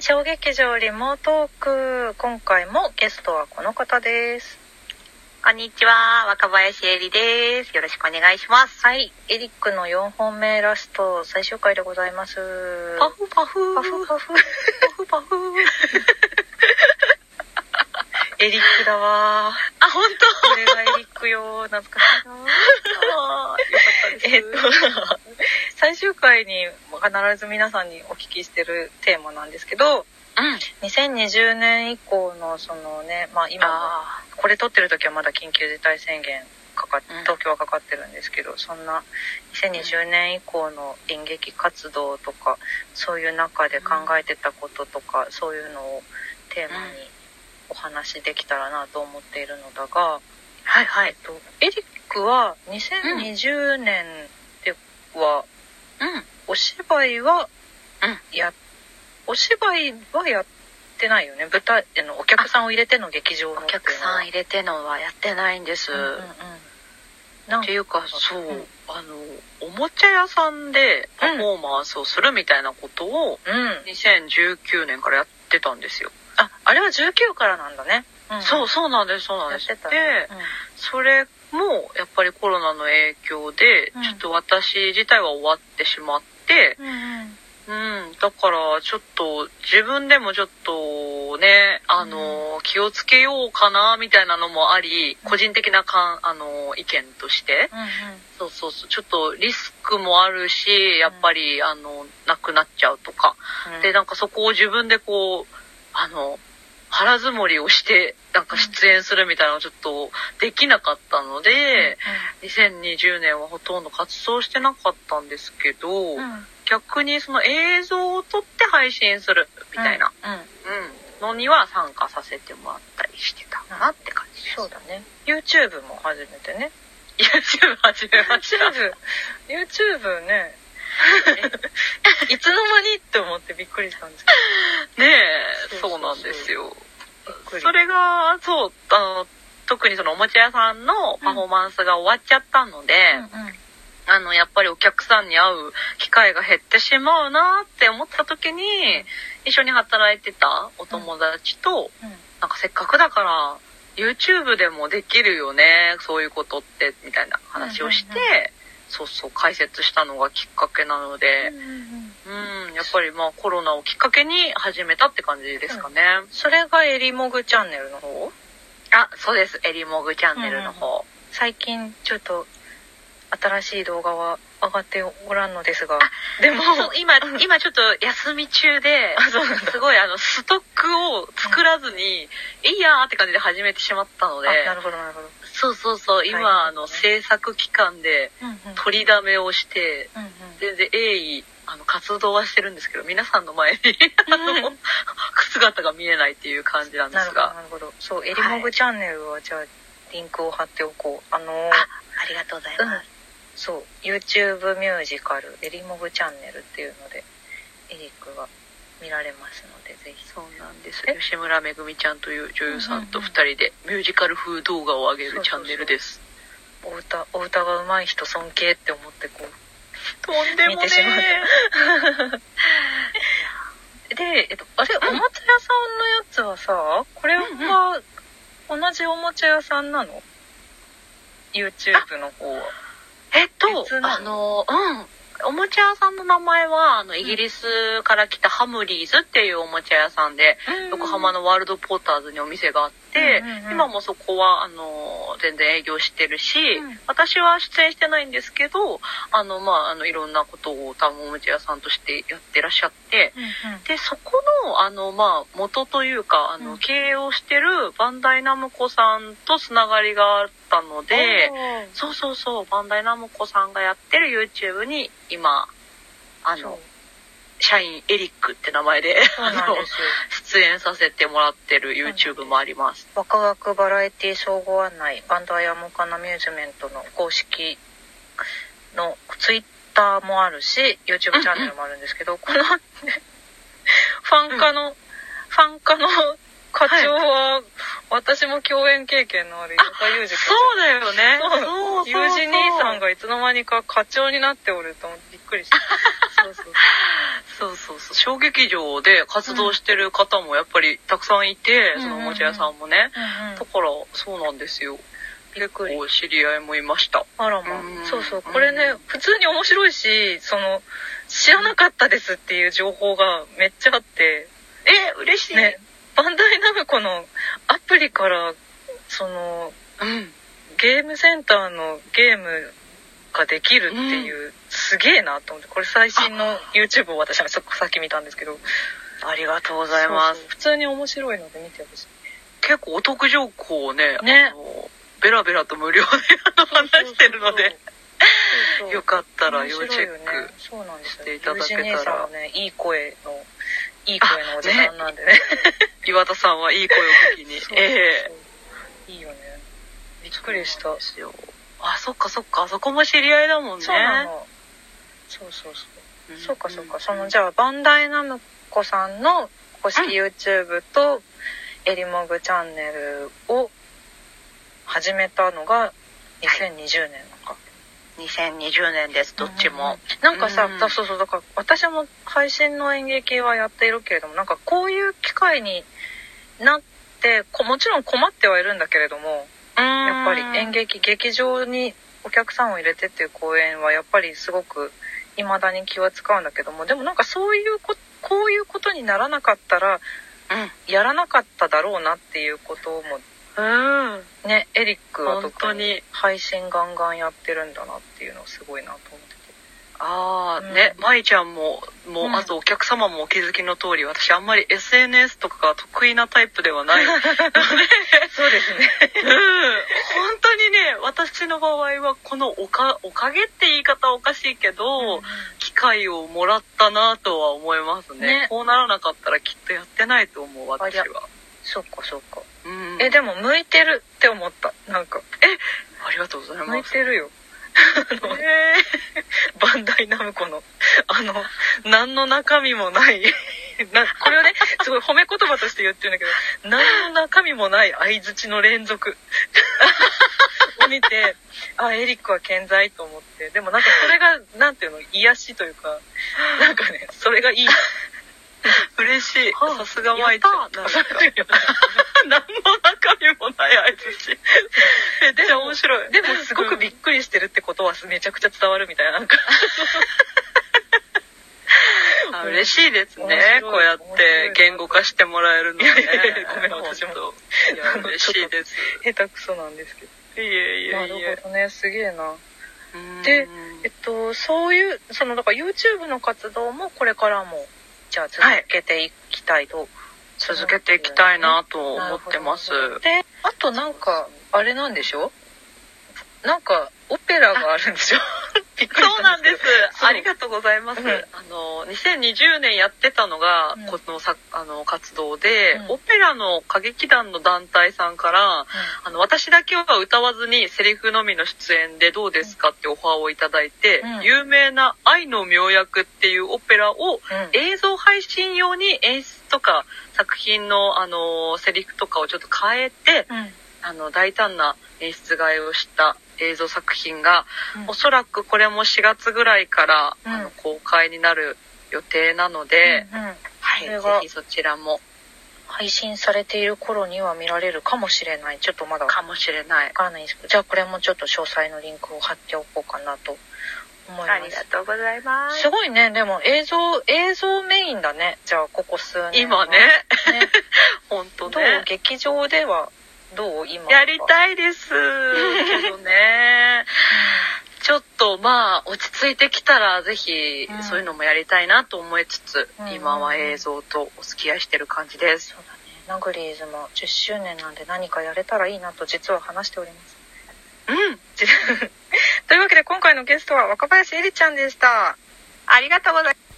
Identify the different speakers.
Speaker 1: 小劇場リモートーク今回もゲストはこの方です
Speaker 2: こんにちは、若林えりです。よろしくお願いします。
Speaker 1: はいエリックの4本目ラスト最終回でございます
Speaker 2: パフパフ
Speaker 1: パフ
Speaker 2: パ
Speaker 1: パフ
Speaker 2: フパフ。
Speaker 1: エリックだわ
Speaker 2: あ、本
Speaker 1: ーこれがエリックよー懐かしいなー
Speaker 2: 当。よかった
Speaker 1: え
Speaker 2: で
Speaker 1: っ
Speaker 2: す。
Speaker 1: と 最終回に必ず皆さんにお聞きしてるテーマなんですけど
Speaker 2: うん。
Speaker 1: 2020年以降のそのねまあ今の
Speaker 2: あ
Speaker 1: これ撮ってる時はまだ緊急事態宣言かかっ
Speaker 2: うん
Speaker 1: 東京はかかってるんですけど、そんな2020年以降の演劇活動とかそういう中で考えてたこととか、そういうのをテーマに
Speaker 2: うん
Speaker 1: お話できたらなと思っているのだが、
Speaker 2: ーはいはい。
Speaker 1: とエリックは2020年では
Speaker 2: うん。
Speaker 1: お芝居は
Speaker 2: う
Speaker 1: や、お芝居はやってないよね舞台あのお客さんを入れての劇場の
Speaker 2: お客さ
Speaker 1: っ
Speaker 2: ん入れてのはやってないんです。
Speaker 1: ていうのはうんうんうんなん
Speaker 2: っ
Speaker 1: か
Speaker 2: ていうか、そう、
Speaker 1: うん
Speaker 2: あの、おもちゃ屋さんでパフォーマンスをするみたいなことを
Speaker 1: うん。
Speaker 2: 2019年からやってたんですよ。
Speaker 1: あ、あれは19からなんだね。
Speaker 2: そう、
Speaker 1: そ
Speaker 2: そうなんです、そうなんです。
Speaker 1: やってたね
Speaker 2: で、
Speaker 1: うん。
Speaker 2: それもやっぱりコロナの影響で、
Speaker 1: うん
Speaker 2: ちょっと私自体は終わってしまって、
Speaker 1: うん。
Speaker 2: うん、だからちょっと自分でもちょっとね、あの、気をつけようかなみたいなのもあり、個人的なかん、あの、意見として、そうそうそう、ちょっとリスクもあるし、やっぱり、あの、なくなっちゃうとか、
Speaker 1: うん。
Speaker 2: で、なんかそこを自分でこう、あの、腹積もりをして、なんか出演するみたいなのをちょっとできなかったので、2020年はほとんど活動してなかったんですけど、
Speaker 1: うん、うん。
Speaker 2: 逆にその映像を撮って配信するみたいな、
Speaker 1: うん。うん。
Speaker 2: うん、のには参加させてもらったりしてたかなって感じです。
Speaker 1: そうだね。YouTube も始めてね。
Speaker 2: YouTube 始めました。
Speaker 1: YouTube、YouTube ね。 いつの間にって思ってびっくりしたんですけ
Speaker 2: ねえ、
Speaker 1: そうそうそう
Speaker 2: そうなんですよ。
Speaker 1: ど。びっくり。
Speaker 2: それが、そう、あの、特にそのおもちゃ屋さんのパフォーマンスが終わっちゃったので、
Speaker 1: うんうん。
Speaker 2: あの、やっぱりお客さんに会う機会が減ってしまうなって思った時に、一緒に働いてたお友達と、
Speaker 1: うん
Speaker 2: なんかせっかくだから、YouTube でもできるよね、そういうことって、みたいな話をして、
Speaker 1: うんう
Speaker 2: そうそう、解説したのがきっかけなので、うん、やっぱりまあコロナをきっかけに始めたって感じですかね。
Speaker 1: それがエリモグチャンネルの方
Speaker 2: あ、そうです、エリモグチャンネルの方。
Speaker 1: 最近ちょっと新しい動画は上がっておらんのですが。でも、
Speaker 2: そう今、今ちょっと休み中で、
Speaker 1: そうなん
Speaker 2: すごいあのストックを作らずに、いいやーって感じで始めてしまったので
Speaker 1: あ、なるほど、なるほど。
Speaker 2: そうそうそう今、
Speaker 1: 大変だね
Speaker 2: あの制作期間で
Speaker 1: うんうん。
Speaker 2: 取りだめをして
Speaker 1: うんうん。
Speaker 2: 全然鋭意あの活動はしてるんですけど皆さんの前にあの、
Speaker 1: うん
Speaker 2: 姿が見えないっていう感じなんで
Speaker 1: なるほ
Speaker 2: す
Speaker 1: ど
Speaker 2: が
Speaker 1: なるほどそうエリ
Speaker 2: はい
Speaker 1: モグチャンネルはじゃあリンクを貼っておこうあのー
Speaker 2: ありがとうござい
Speaker 1: うんそう YouTube ミュージカル「エリモグチャンネル」っていうのでエリックが見られますのでぜひ
Speaker 2: そうなんです
Speaker 1: え
Speaker 2: 吉村めぐみちゃんという女優さんと
Speaker 1: うんうん
Speaker 2: 2
Speaker 1: うん
Speaker 2: 人でミュージカル風動画を上げ
Speaker 1: そ
Speaker 2: る
Speaker 1: う
Speaker 2: チ
Speaker 1: そうそう
Speaker 2: ャンネルです
Speaker 1: お歌お歌が上手い人尊敬って思ってこう
Speaker 2: とんで
Speaker 1: 見てしまったで、えっと、あれ、おもちゃ屋さんのやつはさこれは同じおもちゃ屋さんなの YouTube の方は
Speaker 2: えっと
Speaker 1: 別、な
Speaker 2: あの、うん。おもちゃ屋さんの名前は、あの、イギリスから来たハムリーズっていうおもちゃ屋さんで、横浜
Speaker 1: の
Speaker 2: のワールドポーターズにお店があって、今
Speaker 1: も
Speaker 2: もそこは、あの、全然営業してるし、
Speaker 1: うん
Speaker 2: 私は出演してないんですけど、あの、まあ、あの、いろんなことを多分おもちゃ屋さんとしてやってらっしゃって、で、そこの、あの、まあ、元というか、あの、
Speaker 1: うん
Speaker 2: 経営をしてるバンダイナムコさんとつながりがあったので、そうそうそう、バンダイナムコさんがやってる YouTube に今、あ
Speaker 1: そう
Speaker 2: の、社員エリックって名前で、
Speaker 1: そう
Speaker 2: あ
Speaker 1: なん
Speaker 2: の
Speaker 1: で、すよ
Speaker 2: 出演させてもらってる YouTube もあります。
Speaker 1: 若学バラエティ総合案内バンドアヤモカナミューズメントの公式のツイッターもあるし YouTube チャンネルもあるんですけど、このファン化の、ファン化の課長は、私も共演経験のある岩田裕二君
Speaker 2: そうだよね。そう
Speaker 1: 友人兄さん
Speaker 2: が。
Speaker 1: がいつの間にか課長になっておると思ってびっくりしたそうそう
Speaker 2: そうそうそう小劇場で活動してる方もやっぱりたくさんいて、
Speaker 1: うん
Speaker 2: そのおもちゃ屋さんもね、
Speaker 1: うんうん
Speaker 2: だからそうなんですよ
Speaker 1: びっ
Speaker 2: 結
Speaker 1: く
Speaker 2: 構
Speaker 1: り
Speaker 2: 知り合いもいました
Speaker 1: あらま
Speaker 2: うん
Speaker 1: そうそうこれね
Speaker 2: うん
Speaker 1: 普通に面白いしその知らなかったですっていう情報がめっちゃあって
Speaker 2: え嬉しい
Speaker 1: ねバンダイナムコのアプリからその
Speaker 2: うん
Speaker 1: ゲームセンターのゲームができるっていう、すげえなと思ってこれ最新の YouTube を私はそこさっき見たんですけど
Speaker 2: ありがとうご
Speaker 1: ご
Speaker 2: ざいます
Speaker 1: 普通に面白いので見てほしい
Speaker 2: 結構お得情報をね
Speaker 1: ね
Speaker 2: あのベラベラと無料であの話してるのでよ
Speaker 1: く
Speaker 2: かったら
Speaker 1: 面
Speaker 2: 要
Speaker 1: 白
Speaker 2: チ
Speaker 1: い
Speaker 2: ェ
Speaker 1: よ
Speaker 2: ッ
Speaker 1: ね
Speaker 2: ク
Speaker 1: そうなんですよ
Speaker 2: していただけたら
Speaker 1: 友人姉さんはねいい声のいい声のおじさんなんでね
Speaker 2: 岩田さんはいい声を武器に
Speaker 1: そうそうそう
Speaker 2: ええ
Speaker 1: いいよねびっくりした
Speaker 2: そうなんですよあそっかそっかあそこも知り合いだもんね
Speaker 1: そうなのそうそうそう
Speaker 2: うん
Speaker 1: そうかそうか、
Speaker 2: ん
Speaker 1: そのじゃあバンダイナムコさんの公式
Speaker 2: うん
Speaker 1: YouTube とえりもぐチャンネルを始めたのが2020年なのか、
Speaker 2: 2020年ですどっちも、
Speaker 1: なんかさ、
Speaker 2: うん
Speaker 1: だそうそうだから私も配信の演劇はやっているけれどもなんかこういう機会になってこもちろん困ってはいるんだけれどもやっぱり演劇劇場にお客さんを入れてっていう公演はやっぱりすごく未だに気は使うんだけどもでもなんかそういうここういうことにならなかったらやらなかっただろうなっていうことも
Speaker 2: うん、うん、
Speaker 1: ねエリックは
Speaker 2: 本当
Speaker 1: 特に
Speaker 2: に
Speaker 1: 配信ガンガンやってるんだなっていうのすごいなと思って て。
Speaker 2: あ
Speaker 1: う
Speaker 2: あ、
Speaker 1: ん
Speaker 2: ね舞ちゃんももう、
Speaker 1: うん
Speaker 2: あとお客様もお気づきの通り私あんまり SNS とかが得意なタイプで はないうん本
Speaker 1: そうですね。
Speaker 2: 当にね私の場合はこのおかおかげって言い方はおかしいけど、機会をもらったなとは思いますね
Speaker 1: ね
Speaker 2: こうならなかったらきっとやってないと思う私は
Speaker 1: あり、そっかそっか。
Speaker 2: うん、
Speaker 1: えでも向いてるって思った。なんか
Speaker 2: ありがとうござい
Speaker 1: 向い
Speaker 2: ます、
Speaker 1: てるよ。
Speaker 2: え
Speaker 1: バンダイナムコの、あの、何の中身もない、 なこれ をね、すごい褒め言葉として言ってるんだけど、何の中身もない相づちの連続 を見て、あ、エリックは健在と思って、でもなんかそれが、なんていうの、癒しというか、なんかね、それがい い。
Speaker 2: ー、嬉しい
Speaker 1: はあ
Speaker 2: さすが舞ちゃん
Speaker 1: や
Speaker 2: なん
Speaker 1: ったー
Speaker 2: か 何の中身もない相槌めっちゃ面白い
Speaker 1: でもすごくびっくりしてるってことはめちゃくちゃ伝わるみたいな、なんか。
Speaker 2: あ
Speaker 1: うん
Speaker 2: 嬉しいですね
Speaker 1: 面白い
Speaker 2: こうやって言語化してもらえるのね
Speaker 1: いやいやいやごめん私も
Speaker 2: 本当いや嬉しいです
Speaker 1: 下手くそなんですけど。
Speaker 2: いえい
Speaker 1: な
Speaker 2: えい
Speaker 1: る
Speaker 2: え
Speaker 1: ほどね、すげえな。
Speaker 2: うん
Speaker 1: でえっと、そういう、その、だから YouTube の活動もこれからも、じゃあ続けていきたいと。
Speaker 2: 続けていきたいなと思ってます
Speaker 1: で、あとなんか、あれなんでしょなんか、オペラがあるんでしょびっくり
Speaker 2: そう
Speaker 1: した
Speaker 2: なんん
Speaker 1: で
Speaker 2: です
Speaker 1: けど。
Speaker 2: す。
Speaker 1: そう
Speaker 2: ありがとうございま
Speaker 1: う
Speaker 2: す。
Speaker 1: ん
Speaker 2: あの、2020年やってたのが
Speaker 1: うん、
Speaker 2: このさ、あの、活動で、
Speaker 1: うん
Speaker 2: オペラの歌劇団の団体さんから、あの、私だけは歌わずにセリフのみの出演でどうですかってオファーをいただいて、
Speaker 1: うん
Speaker 2: 有名な愛の妙薬っていうオペラを
Speaker 1: うん。うん
Speaker 2: 映像配信用に演出とか作品の、あの、セリフとかをちょっと変えて、
Speaker 1: うん
Speaker 2: あの、大胆な演出替えをした映像作品が、おそらくこれも4月ぐらいから、
Speaker 1: うん
Speaker 2: あの公開になる予定なので、
Speaker 1: うんうん
Speaker 2: はい、
Speaker 1: これ
Speaker 2: ぜ
Speaker 1: が
Speaker 2: ひそちらも
Speaker 1: 配信されている頃には見られるかもしれない。ちょっとまだわ
Speaker 2: かもしれない。
Speaker 1: かんないんですけど、じゃあこれもちょっと詳細のリンクを貼っておこうかなと思います。
Speaker 2: とうございます
Speaker 1: ごいね、でも映像、映像メインだね。じゃあ、ここ数年は。
Speaker 2: 今ね、
Speaker 1: ね。
Speaker 2: 本当
Speaker 1: どう、
Speaker 2: ね。
Speaker 1: 劇場では、どう今は。
Speaker 2: やりたいです。け どね。ちょっとまあ落ち着いてきたらぜひ
Speaker 1: うん
Speaker 2: そういうのもやりたいなと思いつつ、
Speaker 1: うん
Speaker 2: 今は映像とお付き合いしてる感じです。
Speaker 1: そうだね。ナグリーズも10周年なんで何かやれたらいいなと実は話しております。
Speaker 2: うん。
Speaker 1: というわけで今回のゲストは若林えりちゃんでした。
Speaker 2: ありがとうございます。